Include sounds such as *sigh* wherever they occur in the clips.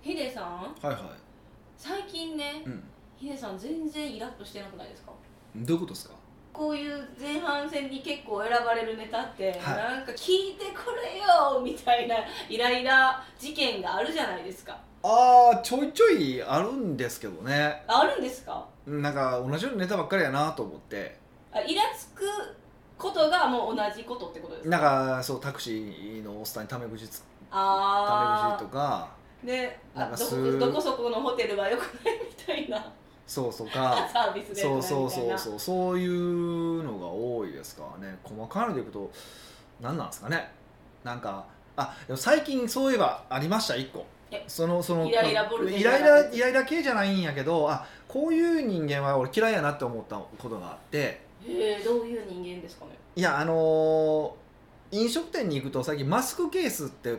ヒデさんはいは最近ねい、うん、ヒデさん全然イラッとしてなくないですかどういうことですかこういう前半戦に結構選ばれるネタって、はいなんか聞いてこれよみたいなイライラ事件があるじゃないですかあーちょいちょいあるんですけどねあるんですかなんか同じようなネタばっかりやなと思ってあイラつくことがもう同じことってことですかなんかそうタクシーのおっさんにタメ口つタメあ口とかーねあなんかどすこどこそこのホテルはよくないみたいなそうとかサービスでよく *laughs* そないうみたいそうなそうそうそういうのが多いですからね細かいのでいくと何なんですかねなんかあでも最近そういえばありました1個えそのそのイライラボルテージイライライライラ系じゃないんやけどあこういう人間は俺嫌いやなって思ったことがあってへえどういう人間ですかねいやあのー飲食店に行くと最近マスクケースって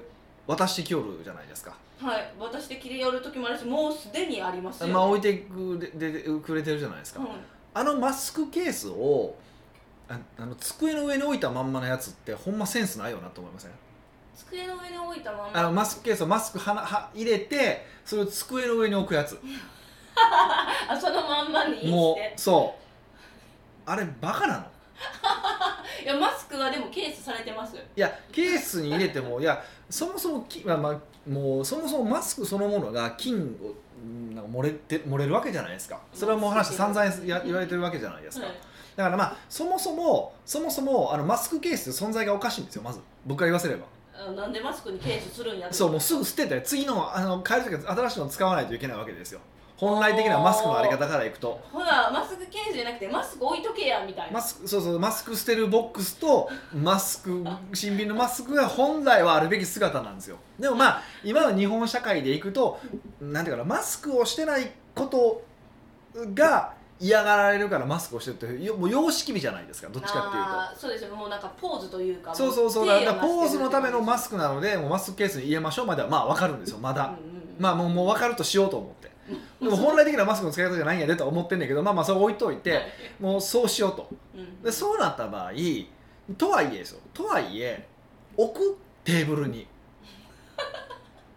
渡してきよるじゃないですか、はい私的でやる時もあるしもうすでにありますよ、ねまあ、置いてくれででくれてるじゃないですか、うんあのマスクケースをああの机の上に置いたまんまのやつってほんまセンスないよなと思いません机の上に置いたまんまあのマスクケースをマスクはなは入れてそれを机の上に置くやつあそのまんまにしもてうそうあれバカなのいやマスクはでもケースされてますいやケースに入れてもいやそもそもき、まあまあ、もうそもそもマスクそのものが菌をうんなんか漏れて漏れるわけじゃないですかそれはもう話して散々や言われてるわけじゃないですか、はいだからまあそもそもそもそもあのマスクケースって存在がおかしいんですよまず僕から言わせればあなんでマスクにケースするんやってそうもうすぐ捨てて次のあの買える時は新しいの使わないといけないわけですよ本来的なマスクのあり方からいくとほらマスクケースじゃなくてマスク置いとけやみたいなマスクそうそうマスク捨てるボックスとマスク新品のマスクが本来はあるべき姿なんですよでもまあ今の日本社会でいくとなんていうかなマスクをしてないことが嫌がられるからマスクをしてるってよもう様式美じゃないですかどっちかっていうとあーそうですよもうなんかポーズというかそうそうそうだからポーズのためのマススクなのでもうマスクケースに入れましょうまではまあ分かるんですよまクだ、まあもうもう分かるとしようと思ってでも本来的なマスクの使い方じゃないんやでとは思ってんだけどまあまあそれ置いといてもうそうしようとでそうなった場合とはいえですよとはいえ置くテーブルに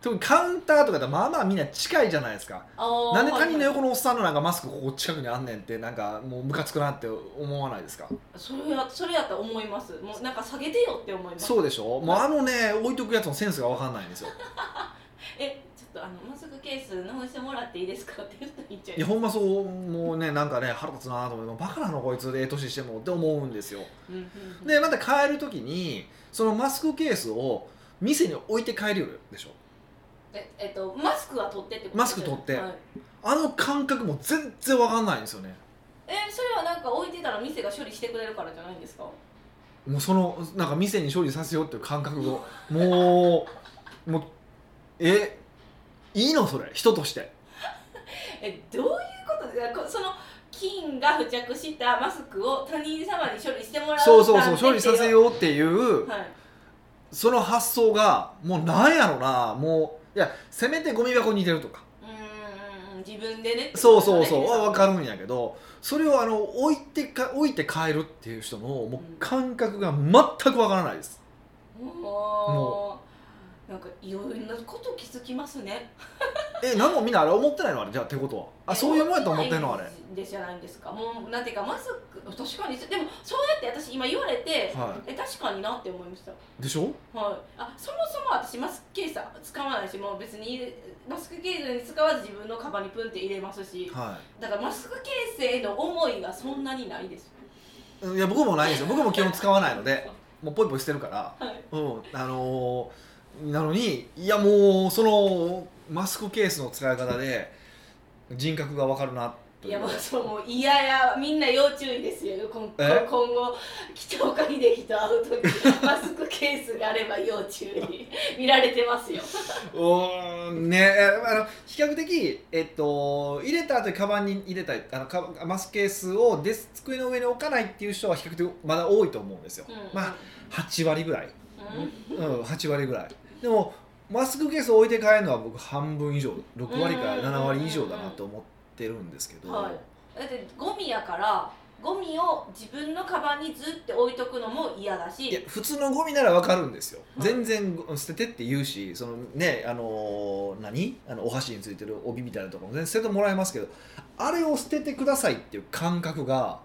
特にカウンターとかだとまあまあみんな近いじゃないですかなんで他人の横のおっさんのなんかマスクここ近くにあんねんってなんかもうムカつくなって思わないですかそれやそれやったら思いますもうなんか下げてよって思いますそうでしょもうあのね置いとくやつのセンスが分かんないんですよえちょっとあのマスクケース直してもらっていいですかって言ったらいいんちゃいいやまほんまそうもうねなんかね腹立つなと思ってバカなのこいつでええ年してもって思うんですよすうんうんうんでまた帰る時にそのマスクケースを店に置いて帰るよでしょええっとマスクは取ってってことマスク取ってはいあの感覚も全然わかんないんですよねえそれはなんか置いてたら店が処理してくれるからじゃないんですかもうそのなんか店に処理させようっていう感覚をもうもうえいいのそれ人としてえどういうことでこその菌が付着したマスクを他人様に処理してもらうそうそうそなうん処て理させうようっていうはいその発想がもうなんやろなもういやせめてゴミ箱に入れるとかうーんうんうん自分でねそうそうそうはわ分かるんやけどそれをあの置いてか置いて帰るっていう人のもう感覚が全くわからないですもうなんかいろんなこと気づきますねえ何もみんなあれ思ってないのあれじゃあってことはあそういうもんやと思ってんのあれでじゃないんですかもうなんていうかマスク確かにでもそうやって私今言われて、はえ確かになって思いましたいでしょはい、あそもそも私マスクケースは使わないしもう別にマスクケースに使わず自分のカバンにプンって入れますしはいだからマスクケースへの思いがそんなにないですうんいや僕もないんですよ僕も基本使わないのでもうポイポイしてるからはいうんあのーなのにいやもうそのマスクケースの使い方で人格がわかるなといいうやもうそうもういやいやみんな要注意ですよ今え今後北岡秀樹と会う *laughs* 時マスクケースがあれば要注意見られてますようーんねあの比較的、えっと、入れた後にカバンに入れたりあのかマスクケースをデス机の上に置かないっていう人は比較的まだ多いと思うんですよ、うんまあ8割ぐらい、うんうん、8割ぐらいでもマスクケースを置いて帰るのは僕半分以上6割から7割以上だなと思ってるんですけど、はいだってゴミやからゴミを自分のカバンにずって置いとくのも嫌だしいや普通のゴミならわかるんですよ、はい全然ご捨ててって言うしそのねあのー何あのお箸についてる帯みたいなとこも全然捨ててもらえますけどあれを捨ててくださいっていう感覚が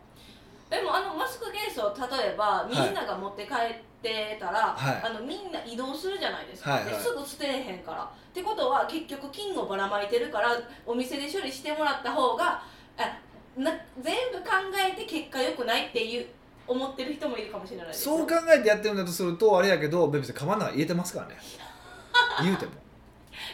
でもあのマスクケースを例えばみんなが持って帰ってたら、はいあのみんな移動するじゃないですか、はいはいですぐ捨てれへんからってことは結局金をばらまいてるからお店で処理してもらった方があな全部考えて結果良くないっていう思ってる人もいるかもしれないですそう考えてやってるんだとするとあれやけどベビーさんカバンの中に入れてますか *laughs* らね言うても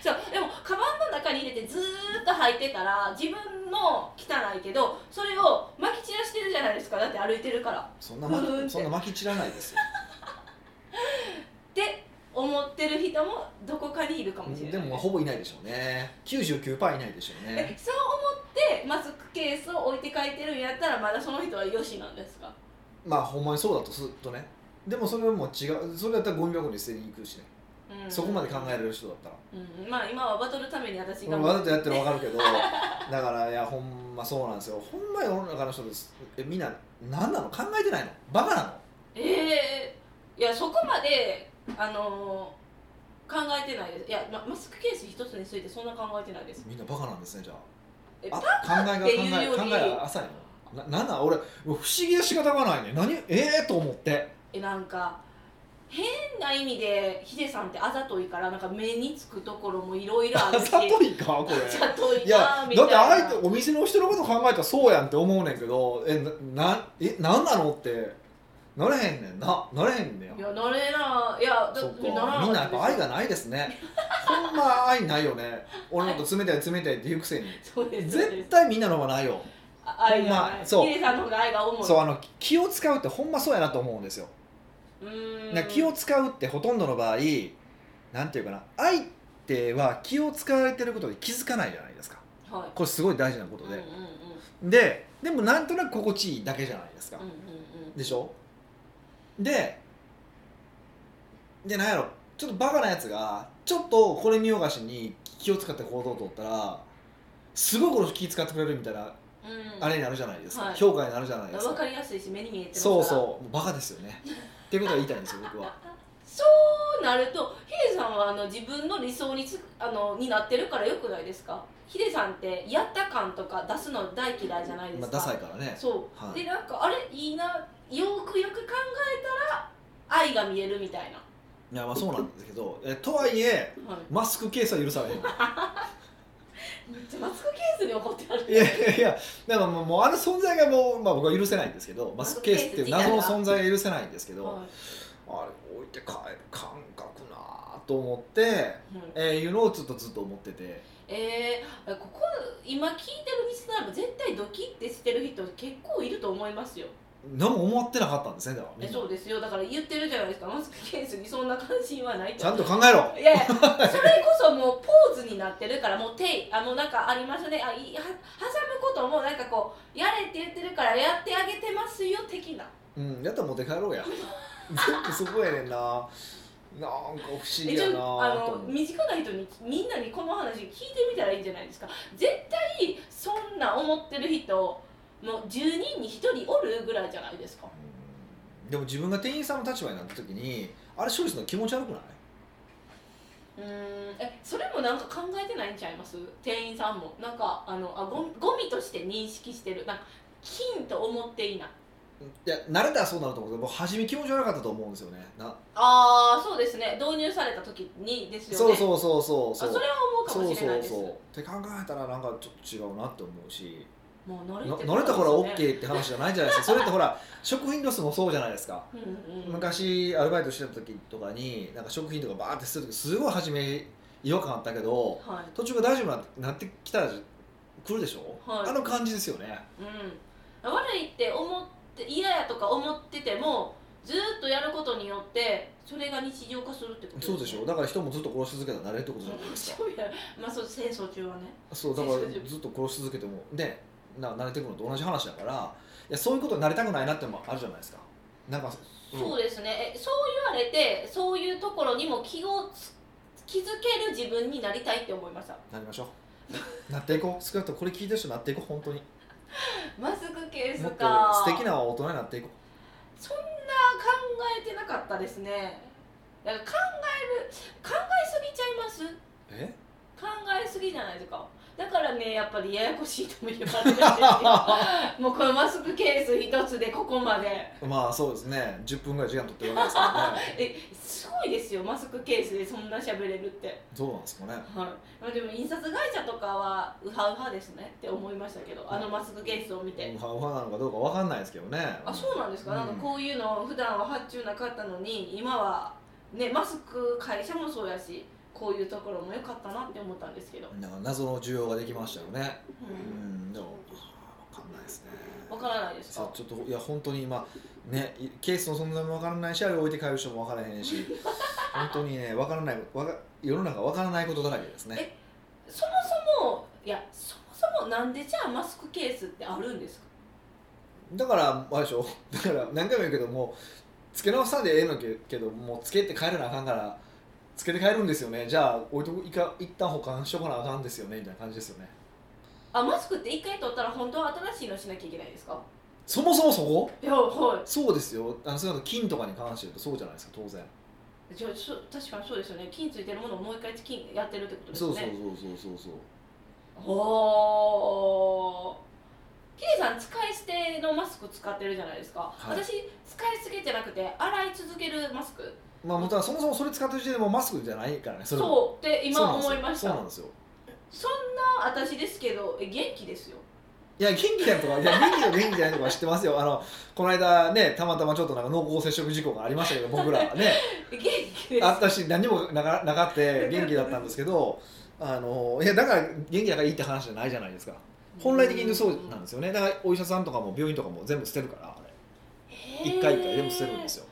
そうでもカバンの中に入れてずーっと履いてたら自分の汚いけどそれを撒き散らしてるじゃないですかだって歩いてるからそんなまうーんってそんなまき散らないですよって思ってる人もどこかにい *laughs* るかもしれないでもまあほぼいないでしょうね99%いないでしょうえねそう思ってマスクケースを置いて帰ってるんやったらまだその人はよしなんですかまあほんまにそうだとするとねでもそれはもう違うそれだったらゴミ箱に捨てに行くしね、うんそこまで考えれる人だったらうんまあ今はバトルために私がわざとやってるの分かるけ *laughs* どだからいやほんまそうなんですよほんま世の中の人ですえみんな何なの考えてないのバカなのええいやそこまであのー考えてないですいや、ま、マスクケース一つについてそんな考えてないですみんなバカなんですねじゃえああ考えがっ考ていうよえり考えが浅いのななんなん俺不思議で仕方がないね何ええと思ってえなんか変な意味でヒデさんってあざといからなんか目につくところもいろいろああるしざといか *laughs* こあざれといいやなみただいっなてあえてお店の人のこと考えたらそうやんって思うねんけどえななえ何なのってなれへんねんななれへんねんいやなれないやだそっってかならかたみんなやっぱ愛がないですねほんま愛ないよね俺のこと冷たい冷たいって言うくせにそうですそうで絶す対みんなの方がないよあ愛がなほんまいそうヒデさんの方が愛が重いそうあの気を使うってほんまそうやなと思うんですようーんなんか気を使うってほとんどの場合なんていうかな相手は気を使われてることに気づかないじゃないですかはこれすごい大事なこいとうんうんでうん、ででもなんとなく心地いいだけじゃないですか、うんうんうんでしょででなんやろちょっとバカなやつがちょっとこれ見よがしに気を使って行動を取ったらすごいこの人気使ってくれるみたいなうんあれになるじゃないですか、はい評価になるじゃないですわかかりやすいし目に見えてますからそうそうもうバカですよねっていうことは言いたいんですよ *laughs* 僕はそうなるとヒデさんはあの自分の理想につあのになってるからよくないですかヒデさんってやった感とか出すの大嫌いじゃないですまか、あダサいからねそう、はいでなんかあれいいなよくよく考えたら愛が見えるみたいな、いやまあそうなんですけどえとはいえはマスクケースは許されへん *laughs* い、めっちゃマスクケースに怒ってあるいやいやいやだからもうもうあの存在がもう、まあ、僕は許せないんですけどマスクケースっていう謎の存在が許せないんですけど、はあれ置いて帰る感覚なあと思って、いうんえー、いうのをずっとずっと思っててえー、ここ今聞いてるリスナーも絶対ドキってしてる人結構いると思いますよ何も思ってなかったんですねだからみえんなそうですよだから言ってるじゃないですかマスクケースにそんな関心はないと *laughs* ちゃんと考えろいやいやそれこそもうポーズになってるからもう手あのなんかありますねあいは挟むこともなんかこうやれって言ってるからやってあげてますよ的なうんやったら持って帰ろうや全部そこやねんななんか不思え議ちょやっなとあとの思う身近な人にみんなにこの話聞いてみたらいいんじゃないですか絶対そんな思ってる人もう10人に1人おるぐらいじゃないですかうんでも自分が店員さんの立場になった時にあれ処理するの気持ち悪くないうーんえそれもなんか考えてないんちゃいます店員さんもなんかあのあゴミゴミとして認識してるなんか金と思っていないいや慣れたらそうなると思うけどもう初め気持ち悪かったと思うんですよねなああそうですね導入された時にですよそねうそうそうそうあそれは思うかそもうしれなそいうですそうって考えたらなんかちょっと違うなって思うしもう慣れなて慣れたからですね OK って話じゃないじゃな *laughs* いですかそれってほら食品ロスもそうじゃないですかうんうん昔アルバイトしてた時とかになんか食品とかバーってする時すごい初め違和感あったけどはい途中が大丈夫ななってきたら来るでしょ、はいあの感じですよねうん、悪いって思って嫌やとか思っててもずーっとやることによってそれが日常化するってことそうでしょうだから人もずっと殺し続けたら慣れるってことじゃないですかそうやまあそう戦争中はねそうだからずっと殺し続けてもねな慣れてくるのと同じ話だからいやそういうことになりたくないなってのもあるじゃないですかなんかうんそうですねえそう言われてそういうところにも気をつ気づける自分になりたいって思いました *laughs* なりましょうなっていこう少なくともこれ聞いてる人なっていこう本当にマスクケースもっとか素敵な大人になっていこそんな考えてなかったですねなんか考える考えすぎちゃいますうえ *laughs* 考えすぎじゃないですかだからねやっぱりややこしいとも言われるん *laughs* ですよもうこのマスクケース一つでここまでまあそうですね10分ぐらい時間取ってるわけですからねえすごいですよマスクケースでそんな喋れるってそうなんですかねはいまあ、でも印刷会社とかはウハウハですねって思いましたけどあのマスクケースを見て、ウハウハなのかどうかわかんないですけどねあそうなんですか、なんかこういうの普段は発注なかったのに今はねマスク会社もそうやしこういうところも良かったなって思ったんですけど、なんか謎の需要ができましたよねううんんでもわかんないですねわからないですさかちょっといや本当に今ねいケースの存在もわからないしあれ置いて帰る人もわからへんし本当にねわからないわか世の中わからないことだらけですねそもそもいやそもそもなんでじゃあマスクケースってあるんですかだからあれでしょだから何回も言うけどもうつけ直さんでええのけけどもうつけて帰らなあかんからつけて帰るんですよねじゃあ置いとくいか一旦保管しとかなあかんですよねみたいな感じですよねあマスクって一回取ったら本当は新しいのしなきゃいけないですかそもそもそこいやはそうですよあのそれこそ金とかに関して言うとそうじゃないですか当然いじゃあそ確かにそうですよね金ついてるものをもう一回金やってるってことですねそうそうそうおーキリさん使い捨てのマスク使ってるじゃないですか、はい私使いすぎじゃなくて洗い続けるマスクまあもとはそもそもそれ使ってる時点でもうマスクじゃないからねそれもそうって今思いましたそそんうなんなですよ私ですけどえ元気ですよいや元気だとかいや元気だ元気じゃないとか知ってますよあのこの間ねたまたまちょっとなんか濃厚接触事故がありましたけど僕らねえ元気ですあったし何もなかなかって元気だったんですけどあのいやだから元気だからいいって話じゃないじゃないですか本来的にそうなんですよねだからお医者さんとかも病院とかも全部捨てるからあれ一回一回全部捨てるんですよよ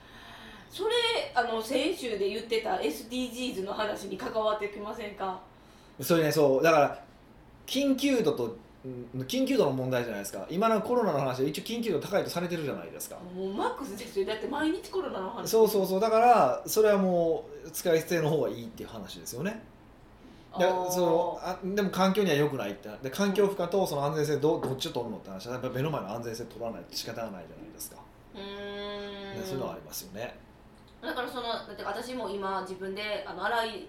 それあの先週で言ってた SDGs の話に関わってきませんかそれねそうだから緊急度とうん緊急度の問題じゃないですか今のコロナの話で一応緊急度高いとされてるじゃないですかもうマックスですよだって毎日コロナの話そうそうそうだからそれはもう使い捨ての方がいいっていう話ですよねあでーそのあでも環境には良くないってで環境負荷とその安全性どどっちを取るのって話はやっぱり目の前の安全性取らないと仕方がないじゃないですか、うーねんそういうのはありますよねだからそのだって私も今自分であの洗い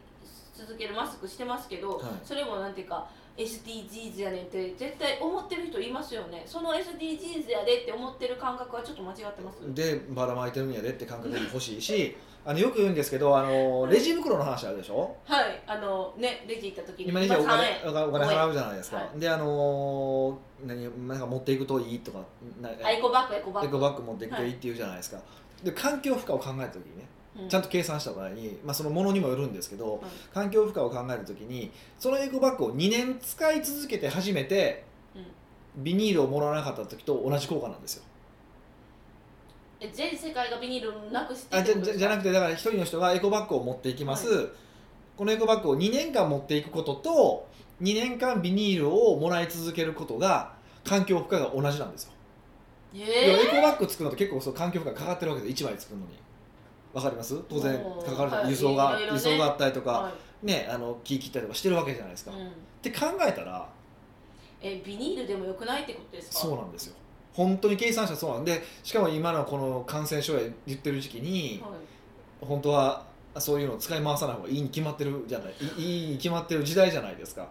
続けるマスクしてますけど、はいそれもなんていうか SDGs やねんって絶対思ってる人いますよねその SDGs やでって思ってる感覚はちょっと間違ってますでばらまいてるんやでって感覚も欲しいしあのよく言うんですけどあのレジ袋の話あるでしょはいあのねレジ行った時に今ねじゃあお3金円お金お金払うじゃないですか、はであのー何なんか持っていくといいとかなあエコバッグエコバエッグコバッグ持っていくといいって言うじゃないですか、で環境負荷を考えた時にねうちゃんと計算した場合に、まあ、そのものにもよるんですけど、環境負荷を考えるときにそのエコバッグを2年使い続けて初めて、ビニールをもらわなかった時と同じ効果なんですよえ全世界がビニールなくしてあじゃじゃじゃなくくてだから一人の人がエコバッグを持っていきます、このエコバッグを2年間持っていくことと2年間ビニールをもらい続けることが環境負荷が同じなんですよ、え要はエコバッグ作るのと結構そう環境負荷かかってるわけです1枚作るのにわかります当然おーかかるじゃんはい輸送が、いろいろね輸送があったりとーか、はいねあの木切ったりとかしてるわけじゃないですか、うっん、て考えたらえビニールでもよくないってことですかそうなんですよ本当に計算したらそうなんでしかも今のこの感染症や言ってる時期にはい本当はそういうのを使い回さない方がいいに決まってるじゃないいいいに決まってる時代じゃないですか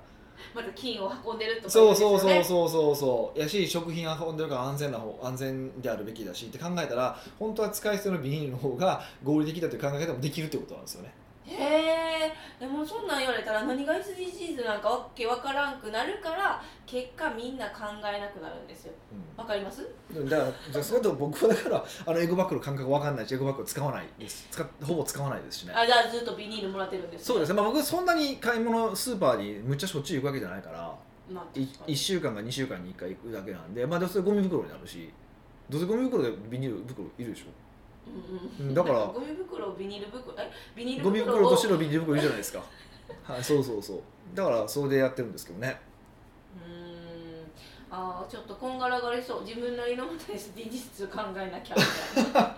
まず金を運んでるとかそうそうですよそねうそうそうそうやし食品運んでるから安全な方安全であるべきだしって考えたら本当は使い捨てのビニールの方が合理的だという考え方もできるってことなんですよねへえでもそんなん言われたら何が SDGs なんかわけわからんくなるから結果みんな考えなくなるんですよわかりますうん、だからじゃあそれと僕はだからあのエゴバッグの感覚わかんないしエゴバッグ使わないです使っほぼ使わないですしねあじゃあずっとビニールもらってるんですそうですね、まあ、僕そんなに買い物スーパーにむっちゃしょっちゅう行くわけじゃないからまあい1週間か2週間に1回行くだけなんでまあどうせゴミ袋になるしどうせゴミ袋でビニール袋いるでしょうんうん、だからなんゴミ袋をビニール袋えビニールゴミ袋とを白ビニール袋いるじゃないですかはいそうそうそうだからそれでやってるんですけどねうーんあーちょっとこんがらがりそう自分なりのまた *laughs* SDGs 考えなきゃみたいな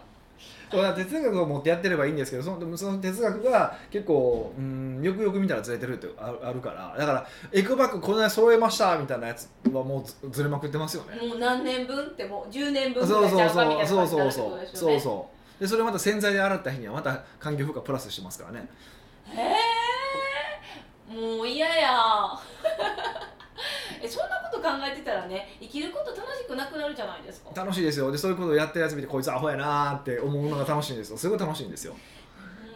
そうだ哲学を持ってやってればいいんですけどそのでもその哲学が結構うんよくよく見たらずれてるってああるからだからエクバッグこんなに揃えましたみたいなやつはもうずずれまくってますよね。もう何年分ってもう10年そ分ぐうそらういそちゃううかみたいなそ感うじにそなうるってことそうですよそうねそうでそれまた洗剤で洗った日にはまた環境負荷プラスしてますからねへえもう嫌や *laughs* えそんなこと考えてたらね生きること楽しくなくなるじゃないですか楽しいですよでそういうことをやってるやつ見てこいつアホやなーって思うのが楽しいんですよすごい楽しいんですよう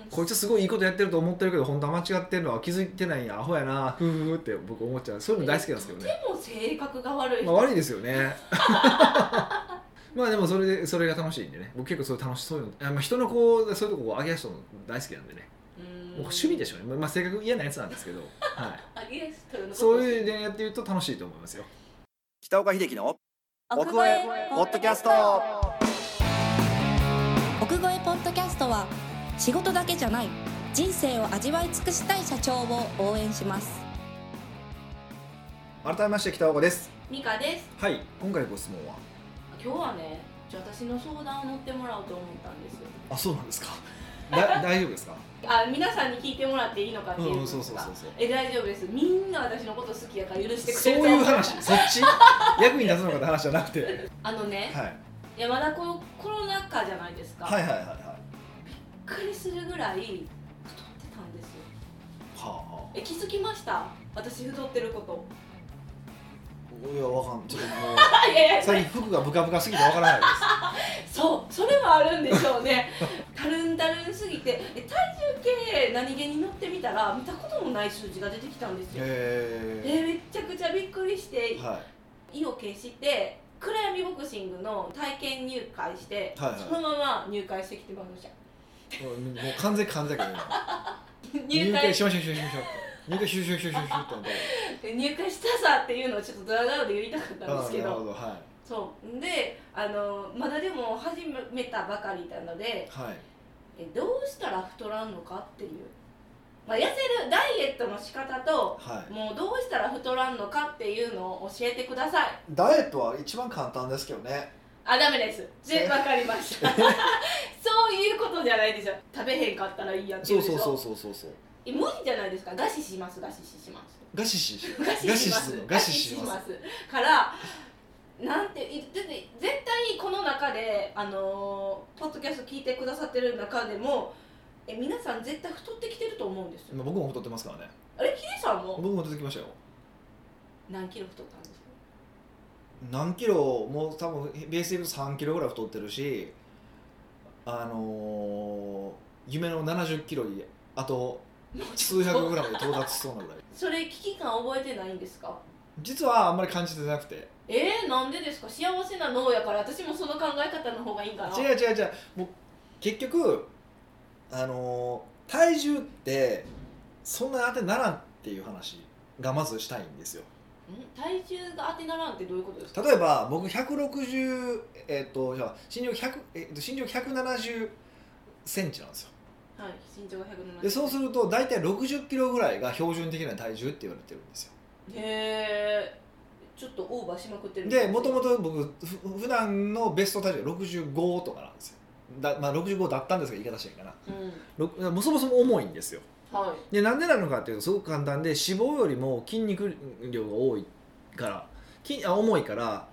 んこいつすごいいいことやってると思ってるけど本当は間違ってるのは気づいてないんやアホやなふふふって僕思っちゃうそういうの大好きなんですけどね、でも性格が悪いま人、あ、悪いですよね *laughs* まあでもそれでそれが楽しいんでね僕結構そういう楽しそういうのあ、まあ、人のこうそういうとこを上げ出すの大好きなんでねうんもう趣味でしょうね、まあまあ、性格嫌なやつなんですけど、はい、あイエスという *laughs* のことそういうでやってると楽しいと思いますよ北岡秀樹の奥越えポッドキャスト奥越えポッドキャストは仕事だけじゃない人生を味わい尽くしたい社長を応援します改めまして北岡ですミカですはい今回ご質問は今日はねじゃあ私の相談を乗ってもらおうと思ったんですよあそうなん *laughs* ですかだ大丈夫ですかあ皆さんに聞いてもらっていいのかってういうんことうんですそかうそうそうそうえ大丈夫ですみんな私のこと好きやから許してくそうれるという話そっ *laughs* ち役に立つのかって話じゃなくて、あのね、はい、いやまだこのコロナ禍じゃないですか、はいはいはいはいびっくりするぐらい太ってたんですよはえ気づきました私太ってることあいやわかんちょっ *laughs* ともうあいやいや最近服がブカブカすぎてわからないでそうそれもあるんでしょう *laughs* ねたるんたるんすぎてえ体重計何気に乗ってみたら見たこともない数字が出てきたんですすよへえめっちゃくちゃびっくりしてー、はい意を決して暗闇ボクシングの体験入会して、はいはいそのまま入会してきてまいりましたもうもう完全完全だけど今入入会会しましょうしましょうしましょう入会しようしようしようしようしようって思っ入会したさっていうのをちょっとドヤ顔で言いたかったたんですけあーなるどほどはそうであのまだでも始めたばかりなのでいはいえどうしたら太らんのかっていう、まあ、痩せるダイエットの仕方とはいもうどうしたら太らんのかっていうのを教えてくださいダイエットは一番簡単ですけどねあダメですでわかりました *laughs* そういうことじゃないでしょ食べへんかったらいいやってそいううでしそうょそうそうそうそうえ無理じゃないですか餓死します餓死します *laughs* ガシシし餓死しまするのガシシしますすからなんていだって絶対この中であのーポッドキャスト聞いてくださってる中でもえ皆さん絶対太ってきてると思うんですよ、まあ僕も太ってますからねあれヒデさんも僕も出てきましたよ何キロ太ったんですか何キロもう多分ベースで言うと3キロぐらい太ってるしあのー、夢の70キロにあと数百グラムで到達しそうなぐらいそれ危機感覚えてないんですか実はあんまり感じてなくてえー、なんでですか幸せな脳やから私もその考え方の方がいいんかな違う違う違うもう結局あのー体重ってそんな当てにならんっていう話がまずしたいんですよん体重が当てならんってどういうことですか例えば僕160えっ、とじゃあ身長100、えっと身長170センチなんですよはい身長が170でそうすると大体60キロぐらいが標準的な体重って言われてるんですよへえちょっとオーバーしまくってるでもともとと僕ふ普段のベスト体重が65とかなんですよだまあ、65だったんですが言い方しないかなうんろくもうそもそも重いんですよはいでなんでなのかっていうとすごく簡単で脂肪よりも筋肉量が多いから筋あ重いから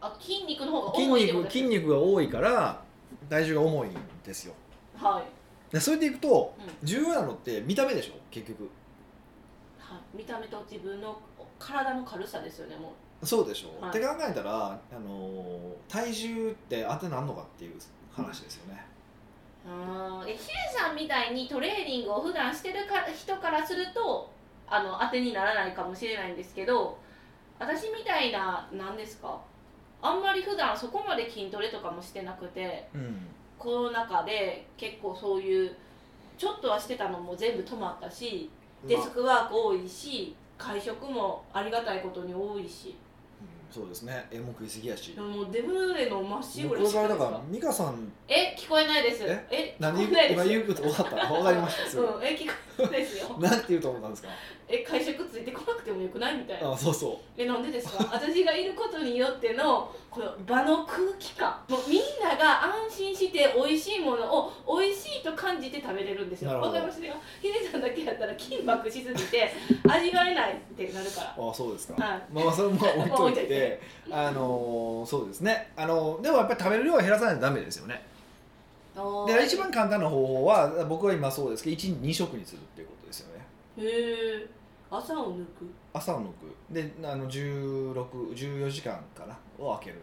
あ筋肉の方が筋重いってこと肉です筋肉が多いから体重が重いんですよはい、でそれでいくとうん重要なのって見た目でしょ結局はい、見た目と自分の体の軽さですよねもそうでしょ、はいって考えたら、あのー体重って当てなんのかっていう話ですよね、うあえヒデさんみたいにトレーニングを普段してるか人からするとあの当てにならないかもしれないんですけど私みたいな何ですかあんまり普段そこまで筋トレとかもしてなくてうんコロナ禍で結構そういうちょっとはしてたのも全部止まったしデスクワーク多いし会食もありがたいことに多いしうんそうですねえも食いすぎやしでももうデブへのまっしぐこらいれしかからないですだからか美香 *laughs* さんえ聞こえないですええ聞何こえないです今言うこと分かった分かりましたすうぐん、え聞こえないですよ *laughs* なんて言うと思ったんですかえ会食ついてこなくてもよくないみたいなあそうそえなんで *laughs* ですか私がいることによってのこの場の空気感もうみんなが安心して美味しいものを美味しいと感じて食べれるんですよなるほわどかりますよヒデさんだけやったら緊迫しすぎて味わえないってなるからうあそうですかはいまあまあそれも置いもうと置いいといててあのーそうですねあのーでもやっぱり食べる量は減らさないとダメですよねおーで一番簡単な方法は僕は今そうですけど1日2食にするっていうことですよねへえ朝を抜く朝を抜くであの1614時間かなを空ける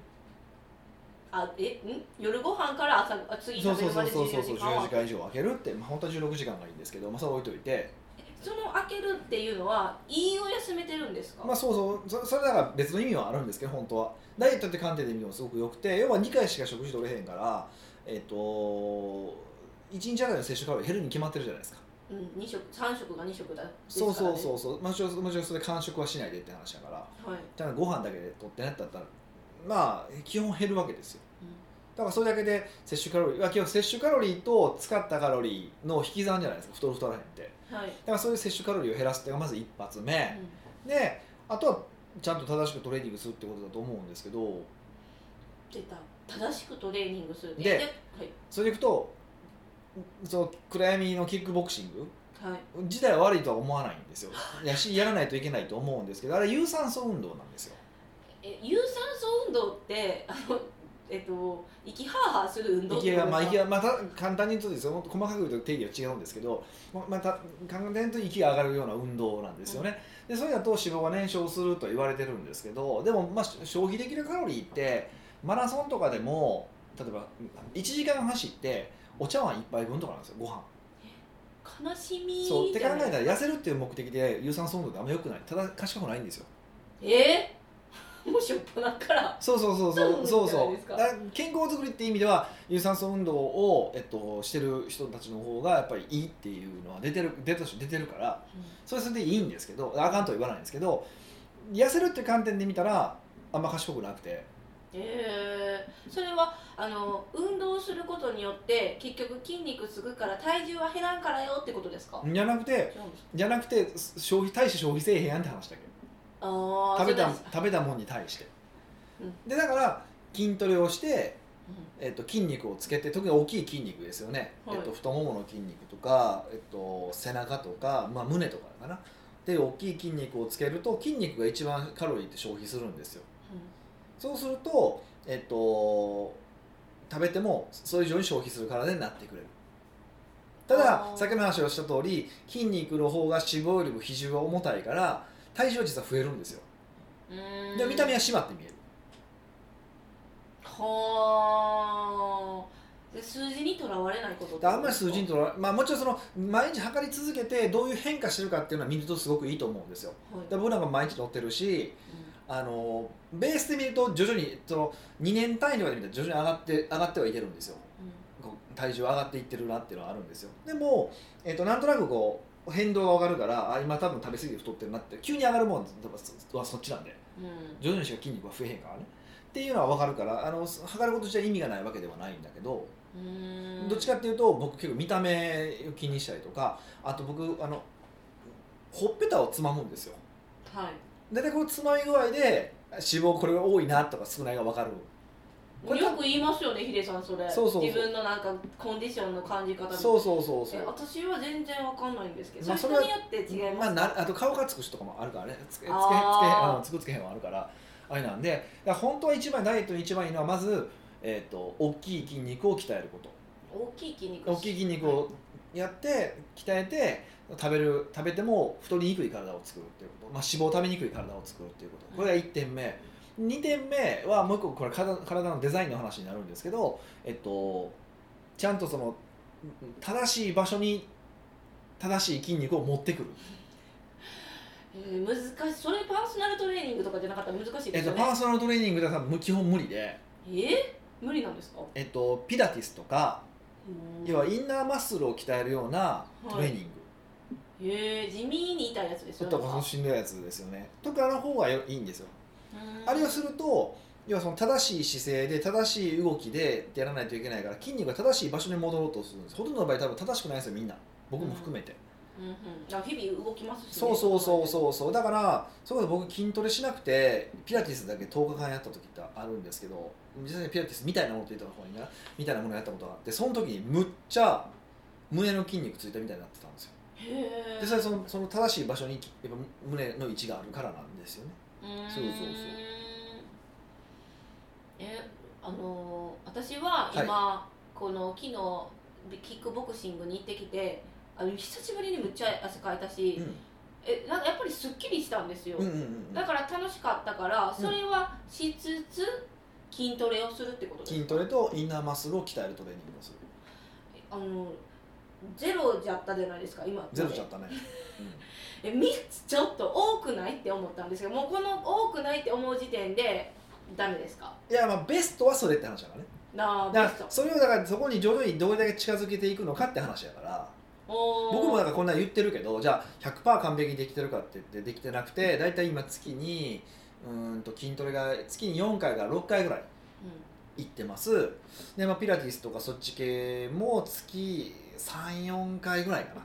あえん夜ご飯から朝あ次そう食べそうるそまうでそうそ14うそう時間14は時間以上空けるって、まあ、本当は16時間がいいんですけど、まあ、それは置いといてその開けるっていうのは胃を休めてるんですか、まあそうそうそそれだから別の意味はあるんですけど本当はダイエットって観点で見てもすごくよくて要は2回しか食事取れへんからえっ、と1日あたりの摂取カロリー減るに決まってるじゃないですかうん、二食三食が二食だですそうそううそうそうもちろんもちろんそれ完食はしないでって話だからはい、ただご飯だけで取ってなったらまあ基本減るわけですよだからそれだけで摂取カロリーは基本摂取カロリーと使ったカロリーの引き算じゃないですか太る太らへんってだうん、はい、からそういう摂取カロリーを減らすっていうのがまず一発目、であとはちゃんと正しくトレーニングするってことだと思うんですけど出た正しくトレーニングするではいそれでいくとその暗闇のキックボクシングはい自体は悪いとは思わないんですよやしやらないといけないと思うんですけどあれ有酸素運動なんですよえ有酸素運動ってあのえっと息ハーハーする運動って息ことがまあですか息がまた簡単に言うとですよもっと細かく言うと定義は違うんですけどままた簡単に言うと息が上がるような運動なんですよね、でそれだと脂肪が燃焼するとは言われてるんですけどでもまあ消費できるカロリーってマラソンとかでも例えば1時間走ってお茶碗1杯分とかなんですよご飯悲しみそうって考えたらら痩せるっていう目的で有酸素運動ってあんま良くないただ賢くないんですよえ *laughs* ー、もうしょっぱなからそうそうそうそうなそうんじゃそうないそですうかだ健康づくりっていう意味では有酸素運動を、えっと、してる人たちの方がやっぱりいいっていうのは出てる出た出てるからそれはそれでいいんですけどあかんとは言わないんですけど痩せるっていう観点で見たらあんま賢くなくてえー、それはあの運動することによって結局筋肉つくから体重は減らんからよってことですか、じゃなくて違うんですかじゃなくて消費対して消費せえへんやんって話だけどああ食べた食べたもんに対して、うんでだから筋トレをしてうんえっと、筋肉をつけて特に大きい筋肉ですよね、はいえっと、太ももの筋肉とか、えっと、背中とか、まあ、胸とかかなで大きい筋肉をつけると筋肉が一番カロリーって消費するんですよそうすると、えっと、食べてもそれ以上に消費する体になってくれるただあー先の話をした通り筋肉の方が脂肪よりも比重が重たいから体重は実は増えるんですようんうんで見た目は締まって見えるはあで数字にとらわれないことってことあんまり数字にとらわまあ、もちろんその毎日測り続けてどういう変化してるかっていうのは見るとすごくいいと思うんですよはいで僕なんか毎日乗ってるしうあのベースで見ると徐々にその2年単位とかで見たら徐々に上がって上がってはいてるんですよんこう体重上がっていってるなっていうのはあるんですよでも、えっとなんとなくこう変動が分かるからあ今多分食べ過ぎて太ってるなって急に上がるもんはそっちなんでうん徐々にしか筋肉は増えへんからねっていうのは分かるからあの測ること自体意味がないわけではないんだけどうんうんどっちかっていうと僕結構見た目を気にしたりとかあと僕あのほっぺたをつまむんですよはい大体このつまみ具合で脂肪これが多いなとか少ないが分かるこれよく言いますよねヒデさんそれそうそうそう自分のなんかコンディションの感じ方そうそうそうそえう私は全然わかんないんですけど、まあそそれれは人によって違いますまあ、か、なあと顔がつく人とかもあるからねつけつけつけあーうんつくつけへんはあるからあれなんでだから本当は一番ダイエットに一番いいのはまず、えー、と大きい筋肉を鍛えること大きい筋肉大きい筋肉をやって鍛えて食べる食べても太りにくい体を作るっていうこと、まあ、脂肪を食べにくい体を作るっていうことこれが1点目2点目はもう一個これ体体のデザインの話になるんですけど、えっと、ちゃんとそのうん正しい場所に正しい筋肉を持ってくる、えー難しいそれパーソナルトレーニングとかじゃなかったら難しいえでっすと、よパねーソナルトレーニングでは多分基本無理で、えー無理なんですかえっと、ピラティスとか要はインナーマッスルを鍛えるようなトレーニング、えー、地味に痛いやつですちょよっとこのしんどいやつですよねとかの方がよいいんですよううんあれをすると要はその正しい姿勢で正しい動きでやらないといけないから筋肉が正しい場所に戻ろうとするんですほとんどの場合多分正しくないんですよみんな僕も含めて、うんうん、あ日々動きますしね、そうそうそうそうそうだからそれこそ僕筋トレしなくてピラティスだけ10日間やった時ってあるんですけど実際にピラティスみたいなものって言った方がいいなみたいなものをやったことがあってその時にむっちゃ胸の筋肉ついたみたいになってたんですよへえでそれそのその正しい場所にやっぱ胸の位置があるからなんですよねそうそうそうえあのー私は今、この昨日キックボクシングに行ってきてあの久しぶりにむっちゃ汗かいたし、うえなんかやっぱりすっきりしたんですよ、んうんうんうんうだんから楽しかったからうんそれはしつつ筋トレをするってことですか筋トレとインナーマッスルを鍛えるトレーニングをするあのゼロじゃったじゃないですか今ゼロちゃったね、え3つちょっと多くないって思ったんですけどもうこの多くないって思う時点でダメですかうん、いやまあベストはそれって話だからねなあだベかスらそれをだからそこに徐々にどれだけ近づけていくのかって話やからトおー僕もなんかこんなん言ってるけどじゃあ100%完璧にできてるかって言ってできてなくて大体今月にうーんと筋トレが月に4回から6回ぐらい行ってますで、まあ、ピラティスとかそっち系も月34回ぐらいかな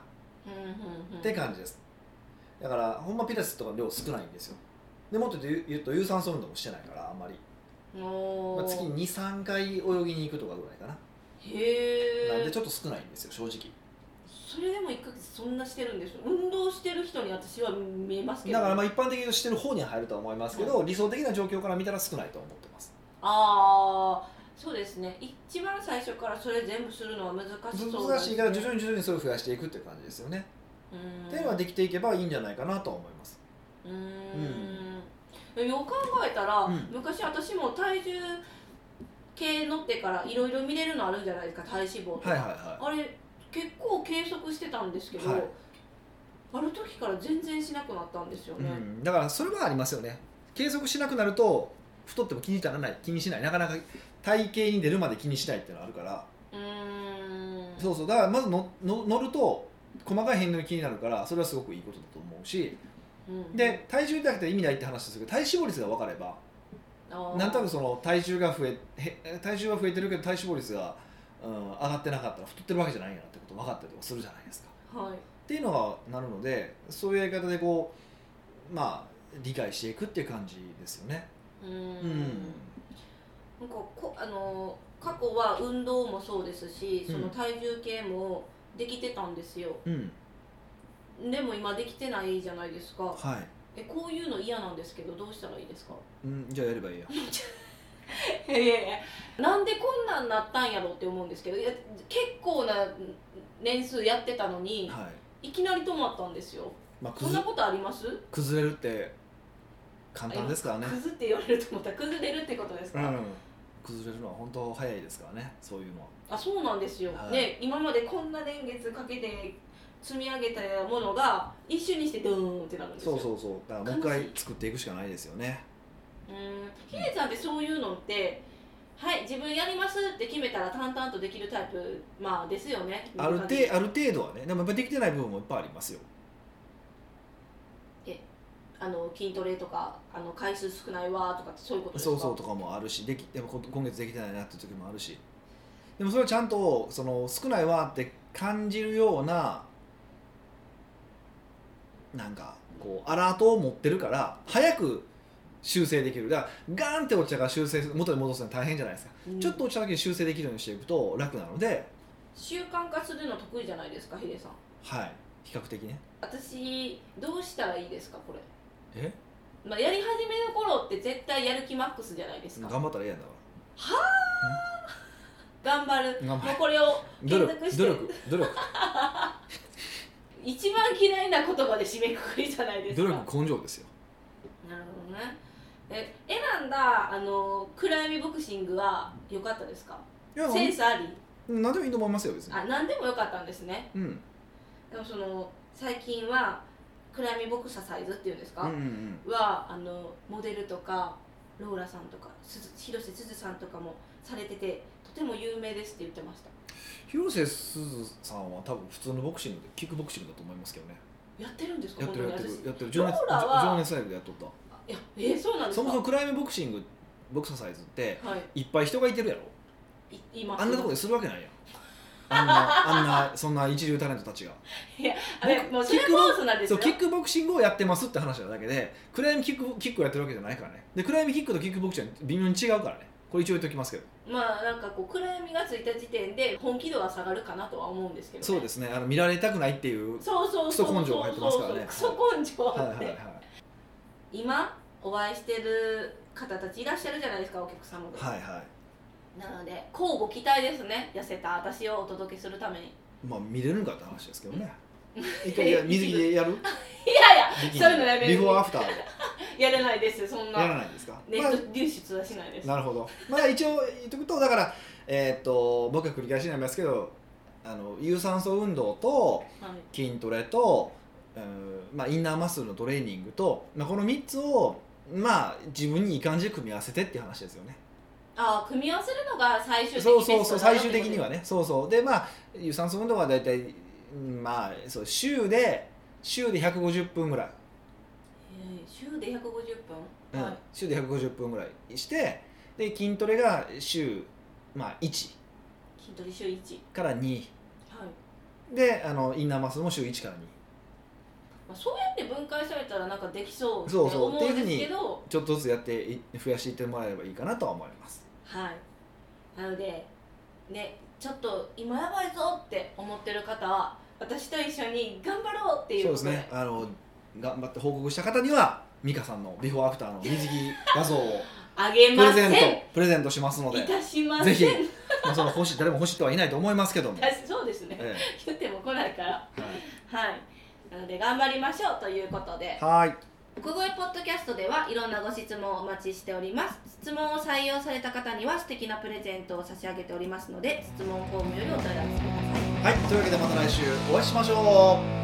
うんうんうんうんって感じですだからほんまピラティスとかの量少ないんですよでもっと言う言うと有酸素運動もしてないからあんまり、おーまあ、月23回泳ぎに行くとかぐらいかなへえなんでちょっと少ないんですよ正直それでも1ヶ月そんなしてるんですよ運動してる人に私は見えますけどだからまあ一般的にしてる方には入るとは思いますけど、理想的な状況から見たら少ないと思ってますああそうですね一番最初からそれ全部するのは難しそう難しいから徐徐々に徐々にそれを増やしていくっていう感じですよね、々っていうのはできていけばいいんじゃないかなとは思いますうーんよく考えたら、うん昔私も体重計乗ってからいろいろ見れるのあるじゃないですか体脂肪とか、はいはいはあれ結構計測してたんですけど、はいある時から全然しなくなったんですよい、うね、ん、だからそれはありますよね継続しなくなると太っても気にならない気にしないなかなか体型に出るまで気にしないっていうのはあるからうーんそうそうだからまずのの乗ると細かい変動に気になるからそれはすごくいいことだと思うしうんで体重だけで意味ないって話ですけど体脂肪率が分かればあーなんとなくその体重が増えへ体重は増えてるけど体脂肪率が、うん、上がってなかったら太ってるわけじゃないんやなってこと分かったりとかするじゃないですか。はいっていうのがなるのでそういうやり方でこうまあ理解していくっていう感じですよね。うーうんんなんかこあのー過去は運動もそうですしその体重計もできてたんですよ、うんでも今できてないじゃないですかはいえこういうの嫌なんですけどどうしたらいいですかうん、じゃあやればいいや。いやいやいやなんでこんなんなったんやろうって思うんですけどいや結構な年数やってたのにはいいきなり止まったんですよまあ、そん崩なことあります崩れるって簡単ですからね。崩って言われると思ったら崩れるってことですうか、ん、崩れるのは本当早いですからねそういうのは。あそうなんですよ、はいね今までこんな年月かけて積み上げたものが一瞬にしてドーンってなるんですよそうそうそうだからもう一回作っていくしかないですよね。うんヒデさんってそういうのってはい自分やりますって決めたら淡々とできるタイプまあですよねある見程かある程度はねでもやっぱできてない部分もいっぱいありますよ。あの筋トレとかあの回数少ないわとかってそういうことですかそうそうとかもあるしできでもこ今月できてないなって時もあるしでもそれをちゃんとその少ないわって感じるようななんかこうアラートを持ってるから早く修正できるだからガーンって落ちたから修正する元に戻すの大変じゃないですか、うんちょっと落ちただけで修正できるようにしていくと楽なので習慣化するの得意じゃないですかヒデさんはい比較的ね私どうしたらいいですかこれ、えまあ、やり始めの頃って絶対やる気マックスじゃないですか頑張ったら嫌だか頑張るら頑もう張これをれ継努続力して *laughs* 努力努力一番嫌いな言葉で締めくくりじゃないですか努力根性ですよなるほどねえ選んだあの暗闇ボクシングは良かったですかいやセンスあり何でもいいと思いますよ別にあ何でも良かったんですねうんうんでもその最近は暗闇ボクササイズっていうんですか、うんうんはあのモデルとかローラさんとかすず広瀬すずさんとかもされててとても有名ですって言ってました広瀬すずさんは多分普通のボクシングでキックボクシングだと思いますけどねやってるんですかやってるや本って当にる私やってる情熱ローラは情熱ライブでやっとったあいやえーそうなんですそかもそもクライムボクシングボクササイズってはいいっぱい人がいてるやろいいますあんなとこでするわけないやんあんなあんなそんな一流タレントたちがあれもうそれはキックボパーソナルですそようキックボクシングをやってますって話なだけでクライムキックキックをやってるわけじゃないからねでクライムキックとキックボクシングは微妙に違うからねこれ一応言っておきますけどまあなんかこう暗闇がついた時点で本気度が下がるかなとは思うんですけど、ね、そうですすねあの見られたくないっていうそうそうそうそうクソ根性が入ってますからねそうそうクソ根性はいあはっいて、はい今お会いしてる方たちいらっしゃるじゃないですかお客様で、はいはなので交互期待ですね痩せた私をお届けするためにいいまあ見れるんかって話ですけどね一 *laughs* 回いや水着でややるビキニそういうのやめるビフォーアフターでいややれないですそんやらなないですか、ネまあット流出はしないです、なるほど。まあ一応言っとくとだからえーっと僕は繰り返しになりますけど、あの有酸素運動とはい筋トレと、うんまあインナーマッスルのトレーニングと、まあこの三つをまあ自分にいい感じで組み合わせてっていう話ですよね。ああ組み合わせるのが最終的そうそうそうベストだな最終的にはね、そうそうでまあ有酸素運動はだいたいまあそう週で週で150分ぐらい。えー週で150う分、んはい週で150分ぐらいしてで筋トレが週、まあ、1筋トレ週1から2はいであのインナーマッスルも週1から2まあ、そうやって分解されたらなんかできそうってそうそう思うんですけどちょっとずつやってい増やしていってもらえればいいかなとは思いますはいなのでねちょっと今やばいぞって思ってる方は私と一緒に頑張ろうっていうそうこでとすねあの頑張って報告した方には美香さんのビフォーアフターの水着画像をあげプまレせゼんントプレゼントしますのでいたしませんぜひまあその欲しい誰も欲しいとはいないと思いますけども、私そうですねえ言っても来ないからえはいなので頑張りましょうということではいはい奥越ポッドキャストではいろんなご質問をお待ちしております質問を採用された方には素敵なプレゼントを差し上げておりますので質問フォームよりお問い合わせくださいはいというわけでまた来週お会いしましょう